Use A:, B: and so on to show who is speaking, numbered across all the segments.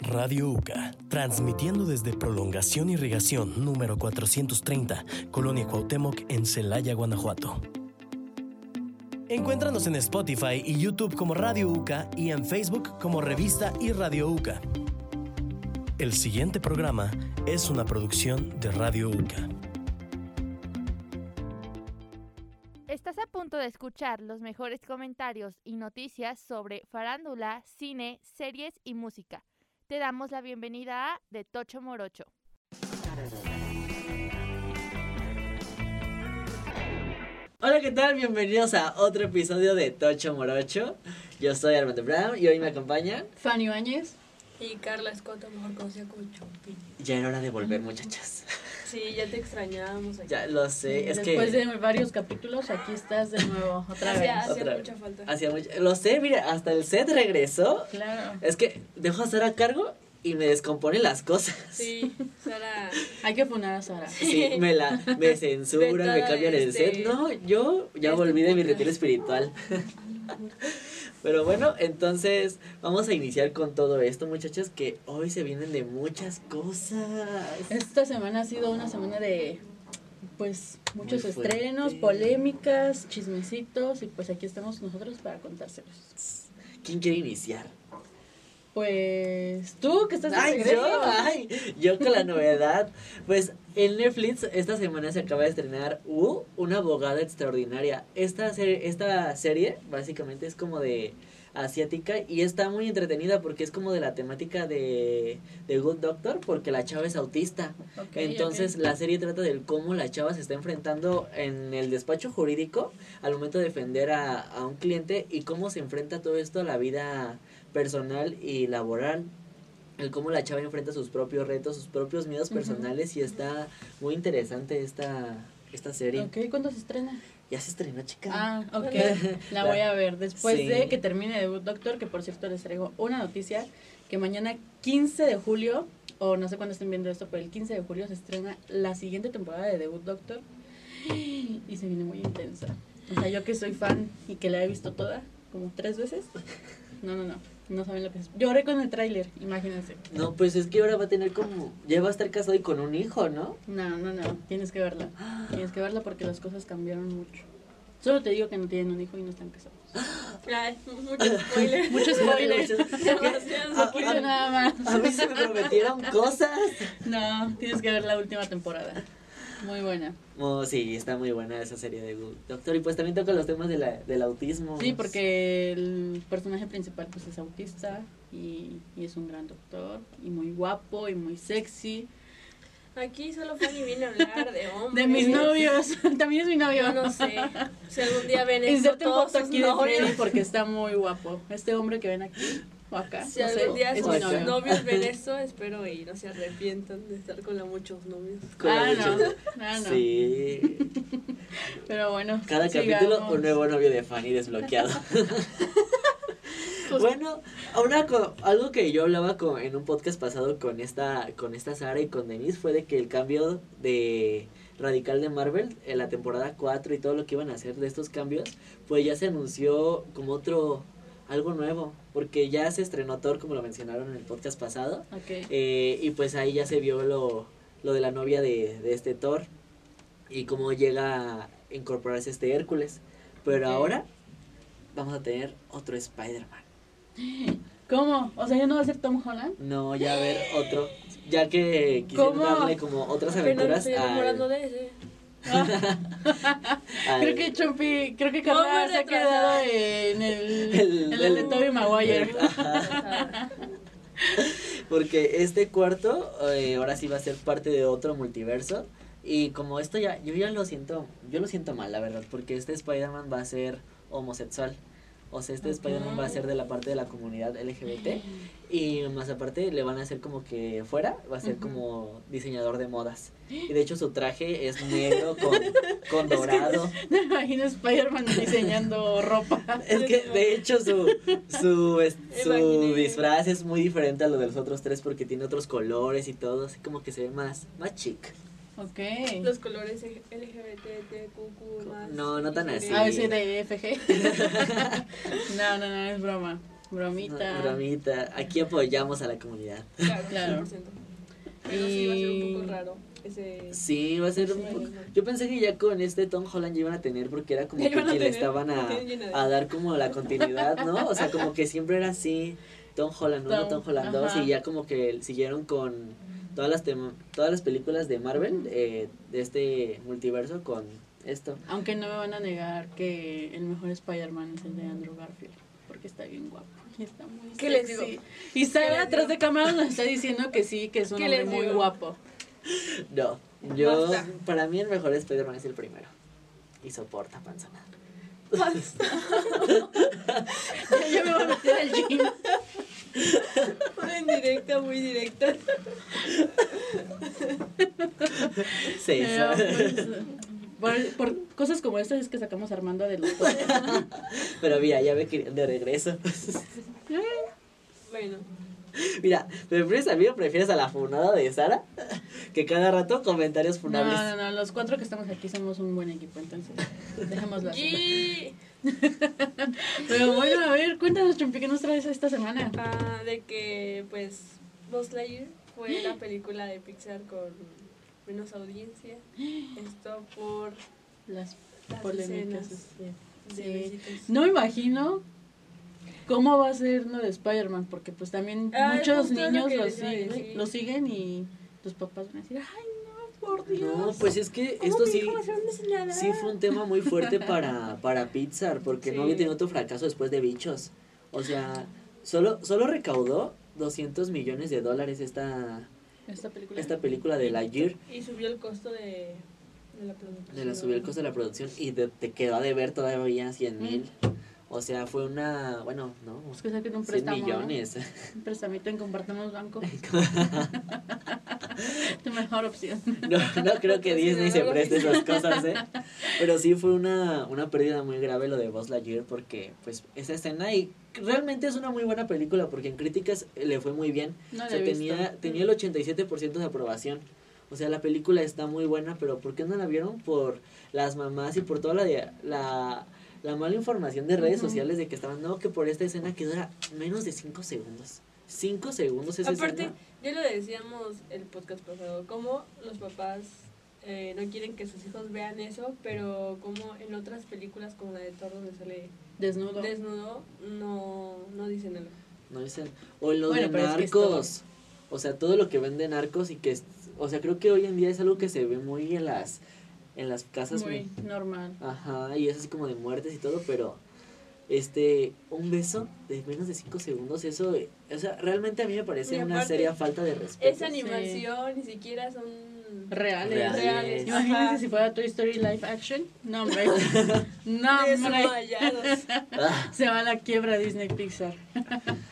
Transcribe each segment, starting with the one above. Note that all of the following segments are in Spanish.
A: Radio UCA, transmitiendo desde Prolongación Irrigación número 430, Colonia Cuauhtémoc en Celaya, Guanajuato. Encuéntranos en Spotify y YouTube como Radio UCA y en Facebook como Revista y Radio UCA. El siguiente programa es una producción de Radio UCA.
B: Estás a punto de escuchar los mejores comentarios y noticias sobre farándula, cine, series y música. Te damos la bienvenida a De Tocho Morocho.
C: Hola, ¿qué tal? Bienvenidos a otro episodio de Tocho Morocho. Yo soy Armando Brown y hoy me acompaña.
D: Fanny Ibáñez.
E: Y Carla Escoto, mejor conocida como Chompi.
C: Ya era hora de volver, muchachas.
E: Sí, ya te extrañábamos aquí.
C: Ya lo sé, es
D: Después
C: que.
D: de varios capítulos, aquí estás de nuevo, otra vez.
E: Hacía, hacía
C: Otra
E: mucha
C: vez.
E: falta.
C: Hacía mucho. Lo sé, mira, hasta el set regresó.
D: Claro.
C: Es que dejo a Sara a cargo y me descompone las cosas.
E: Sí, Sara.
D: Hay que funar a Sara.
C: Sí, me la me censuran, me
E: Vetada
C: cambian el
E: desde-
D: este
C: set. No, yo ya
E: desde
C: volví de mi
E: puta.
C: retiro espiritual. Pero bueno, entonces vamos a iniciar con todo esto, muchachos, que hoy se vienen de muchas cosas.
D: Esta semana ha sido una semana de, pues, muchos
C: Muy fuerte.
D: estrenos, polémicas, chismecitos, y pues aquí estamos nosotros para contárselos.
C: ¿Quién quiere iniciar?
D: Pues, tú que estás de
C: Ay, yo,
D: regreso.
C: ay, yo con la novedad. Pues en Netflix esta semana se acaba de estrenar U, una abogada extraordinaria. Esta, ser- esta serie básicamente es como de asiática y está muy entretenida porque es como de la temática de, de Good Doctor porque la chava es autista.
D: Ok,
C: Entonces
D: ok.
C: la serie trata del cómo la chava se está enfrentando en el despacho jurídico al momento de defender a, a un cliente y cómo se enfrenta todo esto a la vida personal y laboral. El cómo la chava enfrenta sus propios retos, sus propios miedos
D: Ujú.
C: personales y está muy interesante esta, esta serie.
D: Ok, ¿cuándo se estrena?
C: Ya se estrenó, chica.
D: Ah, ok. La voy a ver después
C: Sí.
D: de que termine Debut Doctor, que por cierto les traigo una noticia, que mañana 15 de julio, o no sé cuándo estén viendo esto, pero el 15 de julio se estrena la siguiente temporada de Debut Doctor y se viene muy intensa. O sea, yo que soy fan y que la he visto toda, como tres veces. No, no, no, no saben lo que es. Lloré con el tráiler, imagínense.
C: No, pues es que ahora va a tener como... Ya va a estar casado y con un hijo, ¿no?
D: No, no, no, tienes que verla. Tienes que verla porque las cosas cambiaron mucho. Solo te digo que no tienen un hijo y no están casados.
E: Ay, mucho spoiler.
D: Mucho spoiler.
E: Demasiado
C: Ah,
D: Poquito
E: spoiler.
D: nada más.
C: A mí se me prometieron cosas.
D: No, tienes que ver la última temporada. Muy buena.
C: Oh, sí, está muy buena esa serie de Good Doctor. Y pues también toca los temas de la- del autismo.
D: Sí, porque el personaje principal pues es autista y, y es un gran doctor y muy guapo y muy sexy.
E: Aquí solo Fanny viene a hablar de hombres.
D: De mis novios, también es mi novio.
E: Yo no sé. Si algún día ven esto,
D: Inserte un
E: todos
D: foto
E: sus
D: aquí de Freddy
E: novios.
D: porque está muy guapo. Este hombre que ven aquí o acá,
E: Si
D: no sé,
E: algún día
D: es
E: sus
D: mi
C: o acá.
D: novio.
E: novios ven esto, espero y no se arrepientan de estar con la muchos novios.
C: Con la
D: Ah, no,
C: muchacha.
D: ah, no.
C: Sí.
D: Pero bueno,
C: Cada capítulo
D: sigamos.
C: un nuevo novio de Fanny desbloqueado. bueno, ahora co- algo que yo hablaba con- en un podcast pasado con esta con esta Sara y con Denise fue de que el cambio de radical de Marvel en la temporada 4 y todo lo que iban a hacer de estos cambios, pues ya se anunció como otro algo nuevo, porque ya se estrenó Thor como lo mencionaron en el podcast pasado.
D: Ok.
C: Eh, y pues ahí ya se vio lo, lo de la novia de, de este Thor y cómo llega a incorporarse este Hércules. Pero
D: Ok.
C: ahora vamos a tener otro Spider-Man.
D: ¿Cómo? O sea, ya no va a ser Tom Holland.
C: No, ya a ver otro. Ya que quisieron
D: ¿Cómo?
C: darle como otras
E: Pero me
C: aventuras
E: estoy enamorando
C: al,
E: de ese.
C: al-
D: Creo que Chompi, creo que
E: ¿Cómo
D: Carla
E: me
D: se ha quedado
E: retrasaba?
D: en el,
C: El-
D: en el de
C: el-
D: Toby Maguire.
E: Ajá.
C: Porque este cuarto eh, ahora sí va a ser parte de otro multiverso. Y como esto ya, yo ya lo siento, yo lo siento mal, la verdad, porque este Spider-Man va a ser homosexual. O sea, este
D: Ok.
C: Spider-Man va a ser de la parte de la comunidad LGBT. Y más aparte le van a hacer como que fuera, va a ser
D: Ujú.
C: como diseñador de modas. Y de hecho su traje es negro con, con dorado.
D: Me imagino a Spider-Man diseñando ropa.
C: Es que de hecho su, su, es- su
E: Imaginé.
C: disfraz es muy diferente a lo de los otros tres porque tiene otros colores y todo, así como que se ve más, más chic.
D: Ok.
E: Los colores LGBTQ más.
C: No, no tan así.
D: Ah, A veces de FG. no, no, no, es broma. Bromita.
C: Bromita. Aquí apoyamos a la comunidad.
E: Claro,
D: Claro.
E: 100%. Pero sí iba a ser un
D: Y-
E: poco raro. Ese...
C: Sí, va a ser un
D: Sí.
C: poco. Yo pensé que ya con este Tom Holland ya iban a tener, porque era como
E: Ya
C: que
E: iban a
C: le
E: tener,
C: estaban
E: la
C: a,
E: tienen llena de-
C: a dar como la continuidad, ¿no? O sea, como que siempre era así: Tom Holland 1, Tom,
D: Tom,
C: Holland 2,
D: ajá.
C: y ya como que siguieron con todas las, tem- todas las películas de Marvel, eh, de este multiverso, con esto.
D: Aunque no me van a negar que el mejor Spider-Man es el de Andrew Garfield. Porque está bien guapo. Y está muy
E: ¿Qué les
D: sexy.
E: digo?
D: Y Sara
E: les
D: atrás
E: digo?
D: de cámara nos está diciendo que sí, que es un
E: ¿Qué
D: hombre
E: les
D: muy
E: digo?
D: guapo.
C: No, yo,
E: Basta.
C: para mí el mejor Spider-Man es el primero. Y soporta panzona.
D: Yo me voy a meter al gym.
E: Una indirecta, muy directa.
C: Se
D: Pero,
C: hizo.
D: pues, por, por cosas como estas es que sacamos a Armando de los
C: Pero mira, ya ve que de regreso.
E: Bueno,
C: Mira, ¿prefieres a mí o prefieres a la funada de Sara? Que cada rato comentarios
D: No,
C: funables.
D: no, no, los cuatro que estamos aquí somos un buen equipo, entonces dejémoslo así.
E: y
D: Pero bueno, a ver, cuéntanos, Chumpi, ¿qué nos traes esta semana?
E: ah, de que, pues, Buzz Lightyear fue la película de Pixar con menos audiencia. Esto por
D: Las
E: las
D: polémicas.
E: escenas
D: este.
E: de
D: Sí.
E: besitos.
D: No me imagino cómo va a ser lo de Spider-Man, porque pues también
E: Ah,
D: muchos
E: justo es lo
D: niños
E: que
D: lo,
E: les iba a
D: siguen-
E: decir.
D: lo siguen y los papás van a decir, ay, no, por Dios.
C: No, pues es que
E: ¿Cómo
C: esto
E: mi
C: sí,
E: hijo va a ser un diseñador?
C: sí fue un tema muy fuerte para, para Pixar, porque no había
E: Sí.
C: tenido otro fracaso después de Bichos. O sea, solo, solo recaudó 200 millones de dólares esta,
D: Esta película.
C: esta película de la Year.
E: Y subió el costo de, de la producción.
C: De la subió el costo de la producción y te, te quedó a deber todavía 100 mil. O sea, fue una, bueno, no,
D: Pues que saquen un
C: 100
D: préstamo.
C: millones.
D: ¿no? Un prestamito en compartamos banco. tu mejor opción.
C: No, no creo que
E: Sí,
C: Disney se
E: algo
C: preste
E: así.
C: esas cosas, ¿eh? Pero sí fue una, una pérdida muy grave lo de Buzz Lightyear porque, pues, esa escena y realmente es una muy buena película porque en críticas eh, le fue muy bien.
D: No
C: O
D: la
C: sea,
D: he
C: tenía,
D: visto.
C: tenía el 87% de aprobación. O sea, la película está muy buena, pero ¿por qué no la vieron? Por las mamás y por toda la, de- la, la mala información de redes
D: Ujú.
C: sociales de que estaban, no, que por esta escena que dura menos de 5 segundos. 5 segundos esa
E: Aparte,
C: escena.
E: ya lo decíamos el podcast pasado, cómo los papás eh, no quieren que sus hijos vean eso, pero como en otras películas como la de Thor donde sale
D: Desnudo.
E: desnudo, no, no dicen algo.
C: No dicen. O lo
D: Bueno,
C: de
D: pero es que es
C: narcos. o sea, todo lo que venden narcos y que. es- O sea, creo que hoy en día es algo que se ve muy en las, en las casas.
D: Muy normal.
C: Ajá, y es así como de muertes y todo, pero. Este, un beso de menos de 5 segundos, eso, eh, o sea, realmente a mí me parece
E: Y
C: una
E: aparte,
C: seria falta de respeto.
E: Esa animación ni siquiera son
D: Reales.
C: Reales.
E: reales.
D: Imagínense
E: Ajá.
D: si fuera Toy Story live action. No, hombre. No, hombre.
E: Desmayados.
C: Ah,
D: Se va a la quiebra Disney Pixar.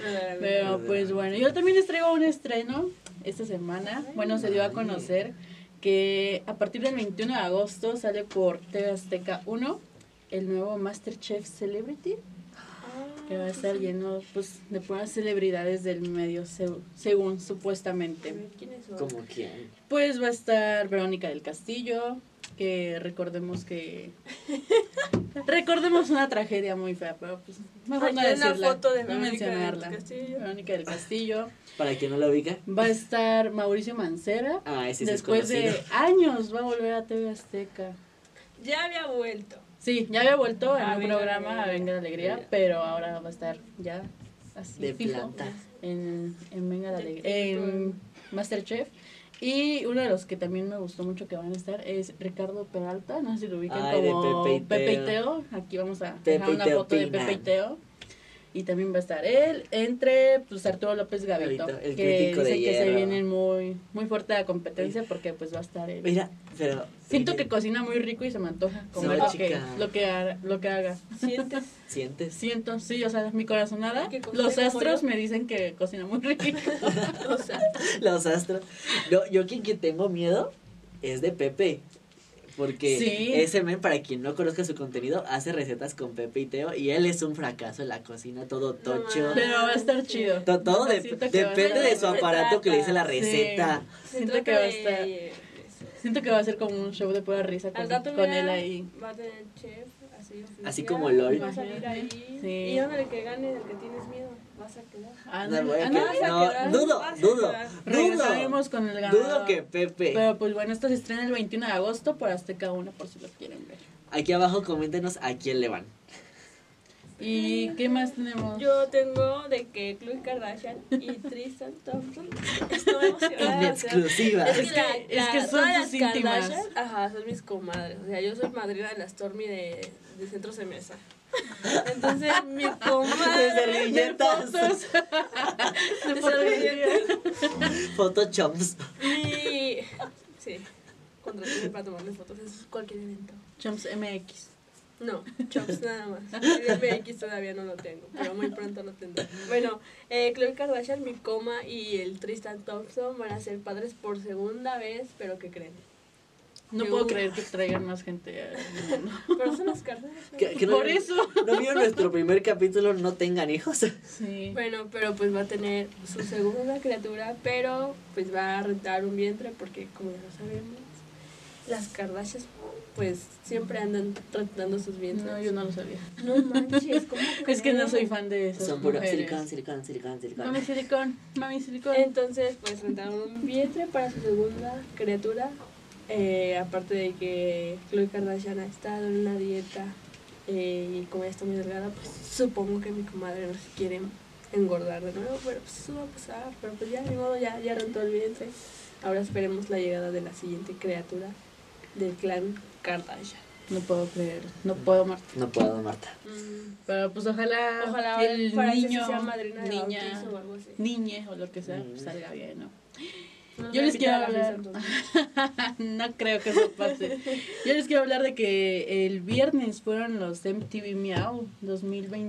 E: Verdaderamente.
D: Pero pues bueno, yo también les traigo un estreno esta semana. Bueno, se dio a conocer que a partir del 21 de agosto sale por TV Azteca 1 el nuevo MasterChef Celebrity,
E: Ah,
D: que va a estar lleno pues, de puras celebridades del medio, se- según supuestamente.
E: ¿Quién es su-
C: como quien.
D: Pues va a estar Verónica del Castillo, que recordemos que... recordemos una tragedia muy fea, pero pues mejor no
E: Aquí hay
D: decirla,
E: una foto de
D: no
E: Verónica del
D: mencionarla.
E: Castillo.
D: Verónica del Castillo.
C: Para quien no lo ubica.
D: Va a estar Mauricio Mancera.
C: Ah, ese sí es
D: Después de
C: conocido.
D: años va a volver a TV Azteca.
E: Ya había vuelto.
D: Sí, ya había vuelto en
E: Ah,
D: un
E: Venga la
D: programa
E: Alegría.
D: Venga la Alegría,
C: Alegría.
D: pero ahora va a estar ya así
C: De
D: fijo
C: planta.
D: en, en Venga la
E: De
D: Alegría,
E: fijo.
D: en Masterchef. Y uno de los que también me gustó mucho que van a estar es Ricardo Peralta, no sé si lo ubican
C: Ay, de
D: como
C: Pepe y Teo.
D: Teo. Aquí vamos a
C: Pepe
D: dejar
C: y
D: una
C: Teo
D: foto de
C: opinan.
D: Pepe y Teo. Y también va a estar él entre pues Arturo López Gavito,
C: Gavito, el
D: que
C: crítico
D: dice
C: de
D: que se
C: hierro.
D: viene muy muy fuerte la competencia porque pues va a estar él.
C: Mira, pero.
D: Siento que cocina muy rico y se me antoja comer
C: No,
D: lo, que,
C: chica.
D: lo, que haga, lo que haga.
E: Sientes.
C: Sientes.
D: Siento, sí, o sea, mi corazonada.
E: Que cocina
D: Los
E: como
D: astros
E: yo.
D: me dicen que cocina muy rico.
E: o sea,
C: Los astros. No, yo quien, quien tengo miedo es de Pepe. Porque
D: Sí.
C: ese men, para quien no conozca su contenido, hace recetas con Pepe y Teo. Y él es un fracaso en la cocina, todo tocho.
E: manches.
D: Pero va a estar chido.
C: To- todo de-
D: Siento que va a
C: depende
D: estar-
C: de su aparato que le dice la
E: Sí.
C: receta.
E: se
D: Siento
E: trata
D: que va a
E: de-
D: estar-
E: eso.
D: Siento que va a ser como un show de pura risa con,
E: Al rato
D: con
E: mira,
D: él ahí.
E: Va a tener chef, así, oficial,
C: Así como LOL.
E: Va a salir ahí.
D: Sí.
E: Y dándole que gane el que tienes miedo. vas a quedar.
C: No,
D: Ándale,
C: voy a
D: ándale.
E: quedar.
C: quedar- no, dudo,
E: vas a
C: dudo,
E: quedar.
C: dudo.
D: Regresaremos con el ganador.
C: Dudo que Pepe.
D: Pero pues bueno, esto se estrena el 21 de agosto por Azteca 1, por si lo quieren ver.
C: Aquí abajo coméntenos a quién le van.
D: ¿Y qué más tenemos?
E: Yo tengo de que Khloe Kardashian y Tristan Thompson estoy emocionada.
C: En
E: Ah, o sea,
C: exclusiva.
E: Es que,
D: Es que-
E: la-
D: es
E: la-
D: que son
E: todas
D: sus
E: las
D: íntimas.
E: Kardashian, ajá, son mis comadres. O sea, yo soy madrina de las Stormy de, de Centro Semesa. Entonces, mi
C: Desde
E: comadre.
C: servilletas,
E: de servilletas.
C: photoshops.
E: Mi. Sí, contraté para tomarle fotos. Es cualquier evento.
D: Chumps MX.
E: No, Chops nada más. El MX todavía no lo tengo, pero muy pronto lo tendré. Bueno, eh, Khloe Kardashian, mi coma y el Tristan Thompson van a ser padres por segunda vez, pero ¿qué creen?
D: No
E: Yo-
D: puedo creer que traigan más gente. al mundo.
E: Pero son las Kardashian.
C: Que- que no-
D: Por eso.
C: ¿No vieron nuestro primer capítulo? No tengan hijos.
D: Sí.
E: Bueno, pero pues va a tener su segunda criatura, pero pues va a rentar un vientre porque como ya lo sabemos, las Kardashian pues siempre andan rentando sus vientres.
D: No, yo no lo sabía.
E: No manches, ¿cómo
D: Es que no
E: crees?
D: soy fan de esas
C: Son puros
D: mujeres.
C: silicón, silicón, silicón,
D: Mami
C: silicón.
D: silicón, mami silicón.
E: Entonces, pues rentaron un vientre para su segunda criatura. Eh, aparte de que Khloe Kardashian ha estado en una dieta eh, y como ella está muy delgada, pues supongo que mi comadre no se quiere engordar de nuevo, pero pues eso va a pasar. Pero pues ya, ni modo, ya, ya rentó el vientre. Ahora esperemos la llegada de la siguiente criatura del clan Kardashian.
D: No puedo creer, no puedo Marta.
C: No puedo, Marta.
D: Pero pues ojalá,
E: Ojalá ahora
D: el
E: para eso sí
D: niño,
E: sea madrina de
D: niña,
E: bautizo o algo así.
D: niñe o lo que sea, pues,
C: Mm.
D: salga bien, ¿no?
E: Nos
D: Yo
E: va a
D: les quiero
E: invitar a la
D: hablar.
E: mesa, entonces.
D: no creo que eso pase. Yo les quiero hablar de que el viernes fueron los MTV Miau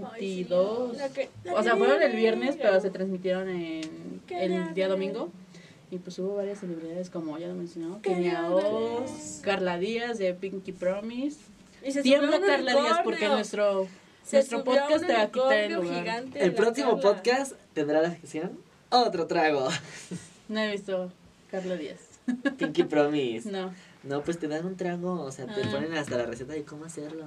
D: 2022.
E: La que- la
D: O sea,
E: que
D: fueron el
E: diga.
D: viernes, pero se transmitieron en
E: Qué
D: el día
E: grande.
D: domingo. Y pues hubo varias celebridades como ya lo mencionó,
E: Qué
D: Kenia
E: grande.
D: Oz, Carla Díaz de Pinky Promise.
E: Y se
D: Tiembla
E: subió un
D: Carla Díaz porque
E: unicornio.
D: nuestro,
E: Se
D: nuestro
E: subió a
D: podcast
E: un
D: te va a quitar el
E: unicornio
D: lugar.
E: gigante
C: El
E: la
C: próximo
E: Carla.
C: podcast tendrá la sección Otro Trago.
D: No he visto Carla Díaz.
C: Pinky Promise.
D: No,
C: No, pues te dan un trago, o sea, te
D: Ah. Mm.
C: ponen hasta la receta de cómo hacerlo.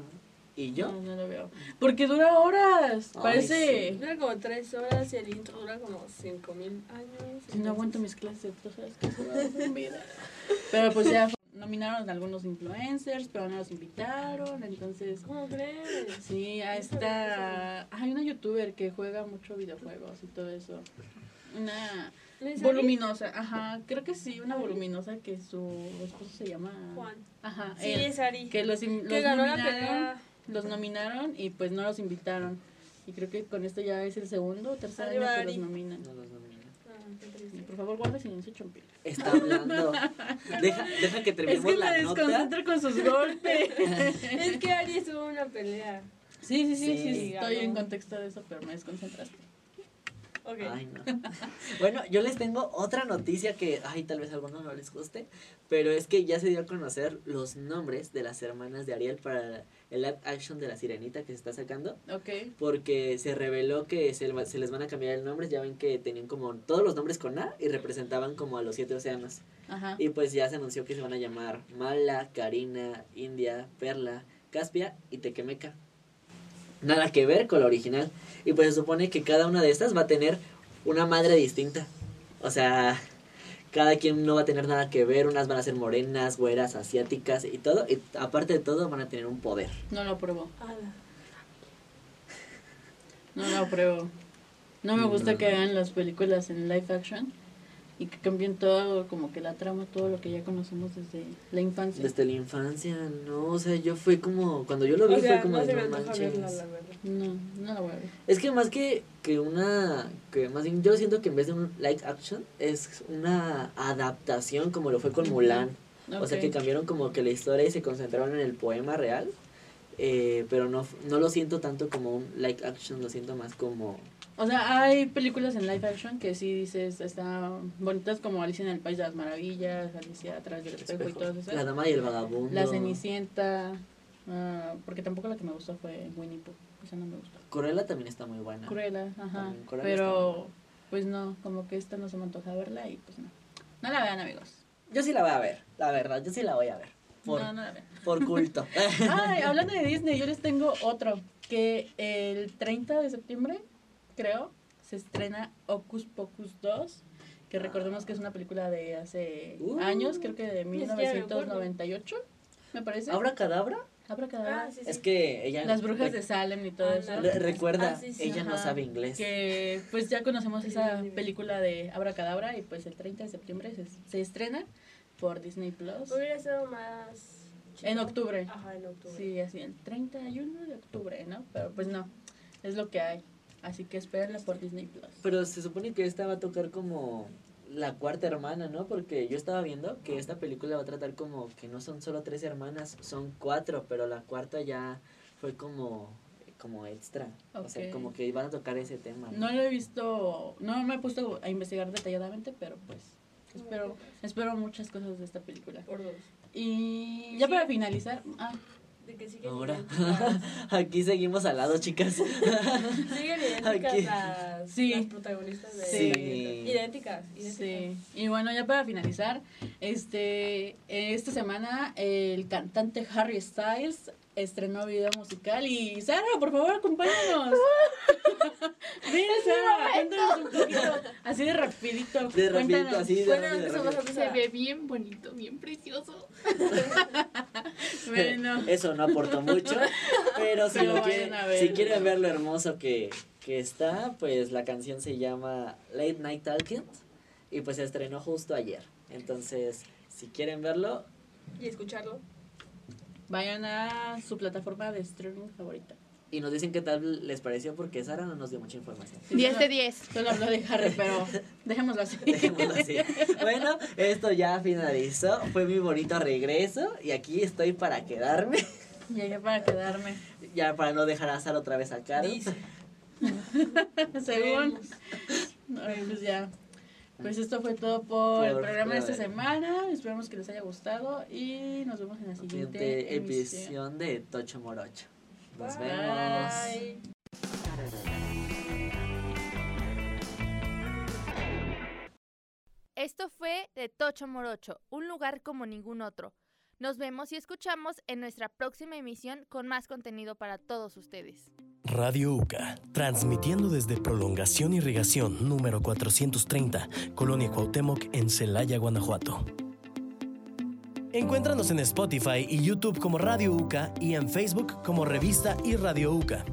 C: ¿Y yo?
D: no, no lo veo. Porque dura horas.
C: Ay,
D: Parece.
C: sí.
E: Dura como tres horas y el intro dura como cinco mil años.
D: Si no aguanto mis clases, tú sabes que eso va a ser vida. Pero pues ya nominaron a algunos influencers, pero no los invitaron. Entonces,
E: ¿Cómo crees?
D: sí, a esta. Hay una youtuber que juega mucho videojuegos y todo eso. Una
E: ¿Les
D: voluminosa, ajá, creo que sí, una voluminosa que su esposo se llama.
E: Ari? Juan.
D: Ajá,
E: Sí,
D: él.
E: es Ari.
D: Que los, in-
E: Que
D: los
E: ganó la
D: nominaron.
E: pelea.
D: los nominaron y pues no los invitaron. Y creo que con esto ya es el segundo o tercer año
E: Arriba,
D: que los
E: Ari.
D: nominan.
C: No los nomino.
E: Ah, qué
D: Y
E: triste.
D: por favor, guarda silencio, chompil.
C: Está hablando. Deja, deja que
D: Es
C: terminemos
D: que
C: la
D: me
C: nota.
D: desconcentra con sus golpes.
E: Es que Ari estuvo en una pelea.
D: Sí, sí, sí, sí,
C: Sí,
D: estoy
E: ganó.
D: en contexto de eso, pero me desconcentraste.
E: Ok.
C: Ay, no. Bueno, yo les tengo otra noticia que, ay, tal vez a algunos no les guste, pero es que ya se dio a conocer los nombres de las hermanas de Ariel para el live action de la sirenita que se está sacando,
D: Ok.
C: porque se reveló que se, le va- se les van a cambiar el nombre, ya ven que tenían como todos los nombres con A y representaban como a los siete océanos.
D: Ajá.
C: Y pues ya se anunció que se van a llamar Mala, Karina, India, Perla, Caspia y Tequemeca. Nada que ver con la original. Y pues se supone que cada una de estas va a tener una madre distinta. O sea, cada quien no va a tener nada que ver. Unas van a ser morenas, güeras, asiáticas y todo. Y aparte de todo, van a tener un poder.
D: No lo apruebo.
E: Ala.
D: No lo apruebo. No me gusta
C: No.
D: que hagan las películas en live action y que cambien todo, como que la trama, todo lo que ya conocemos desde la infancia.
C: Desde la infancia, no. O sea, yo fue como. Cuando yo lo vi,
E: O sea,
C: fue como
E: no se
C: de
E: me
C: no
E: antoja
C: manches.
E: verla, la verdad.
D: No, no la voy a ver.
C: Es que más que, que una. que más bien, yo siento que en vez de un live action es una adaptación como lo fue con Mulan. O sea
D: Ok.
C: que cambiaron como que la historia y se concentraron en el poema real. eh, pero no, no lo siento tanto como un live action, lo siento más como.
D: O sea, hay películas en live action que sí dices, están bonitas como Alicia en el País de las Maravillas, Alicia atrás del espejo, y todo eso.
C: La dama y el vagabundo.
D: La Cenicienta, ah, porque tampoco la que me gustó fue Winnie Pooh, esa no me gustó.
C: Cruella también está muy buena.
D: Cruella, ajá.
C: Ah, También Cruella está
D: pero pues no, como que esta no se me antoja verla y pues no. No la vean, amigos.
C: Yo sí la voy a ver, la verdad, yo sí la voy a ver. Por,
D: No, no la vean.
C: por culto.
D: Ay, hablando de Disney, yo les tengo otro que el 30 de septiembre, creo, se estrena Hocus Pocus 2, que recordemos que es una película de hace
C: Uh.
D: años, creo que de
E: Ni siquiera me acuerdo.
D: 1998, me parece.
C: ¿Abra cadabra?
D: Abracadabra.
E: Ah, sí,
C: Es que ella.
D: Las brujas
C: re-
D: de Salem y todo eso.
C: re- recuerda,
E: Ah, sí, sí.
C: ella no
D: Ajá.
C: sabe inglés.
D: Que pues ya conocemos esa
E: Terrible.
D: película de Abracadabra y pues el 30 de septiembre se, se estrena por Disney Plus.
E: Hubiera sido más. chido.
D: En octubre.
E: Ajá, en octubre.
D: Sí, así el 31 de octubre, ¿no? Pero pues no, es lo que hay. Así que espérenla por Disney Plus.
C: Pero se supone que esta va a tocar como la cuarta hermana, ¿no? Porque yo estaba viendo que esta película va a tratar como que no son solo tres hermanas, son cuatro, pero la cuarta ya fue como, como extra. O sea,
D: Ok.
C: como que van a tocar ese tema.
D: No lo he visto, no me he puesto a investigar detalladamente, pero pues espero, espero muchas cosas de esta película.
E: Por dos.
D: Y ya para finalizar, ah,
E: De que siguen
C: Ahora.
E: idénticas-
C: Aquí seguimos al lado, chicas.
E: siguen idénticas
C: Aquí.
E: las,
D: Sí.
E: las protagonistas de
D: Sí.
E: Idénticas, idénticas.
D: Sí, y bueno, ya para finalizar, este esta semana el cantante Harry Styles estrenó video musical y Sara, por favor, acompáñanos. Ven, Sara, cuéntanos un poquito, así de rapidito.
C: De rapidito,
D: cuéntanos.
C: así de
E: Bueno,
C: rápido,
E: empezamos
C: rápido.
E: a
F: Se ve bien bonito, bien precioso.
D: Bueno,
C: Eso no aportó mucho, pero si,
D: Pero
C: lo
D: vayan
C: quieren,
D: a verlo.
C: si quieren ver lo hermoso que, que está, pues la canción se llama Late Night Talking y pues se estrenó justo ayer. Entonces, si quieren verlo,
E: Y escucharlo.
D: vayan a su plataforma de streaming favorita.
C: y nos dicen qué tal les pareció porque Sara no nos dio mucha información.
D: Sí,
B: 10
D: solo-
B: de 10.
D: Solo habló de Harry, pero dejémoslo así.
C: Dejémoslo así. Bueno, esto ya finalizó. Fue mi bonito regreso y aquí estoy para quedarme.
D: Llegué para quedarme.
C: Ya para no dejar a Sara otra vez a Caro.
E: Dice.
D: Según.
E: Vemos.
D: No, pues ya. Pues esto fue todo por el
C: Por-
D: programa de esta
C: por-
D: semana. Esperamos que les haya gustado y nos vemos en la siguiente
C: Siguiente
D: emisión.
C: edición de Tocho Morocho. Nos
E: Bye.
C: vemos.
D: Bye.
B: Esto fue de Tocho Morocho, un lugar como ningún otro. Nos vemos y escuchamos en nuestra próxima emisión con más contenido para todos ustedes.
A: Radio UCA, transmitiendo desde Prolongación Irrigación número 430, Colonia Cuauhtémoc en Celaya, Guanajuato. Encuéntranos en Spotify y YouTube como Radio UCA y en Facebook como Revista y Radio UCA.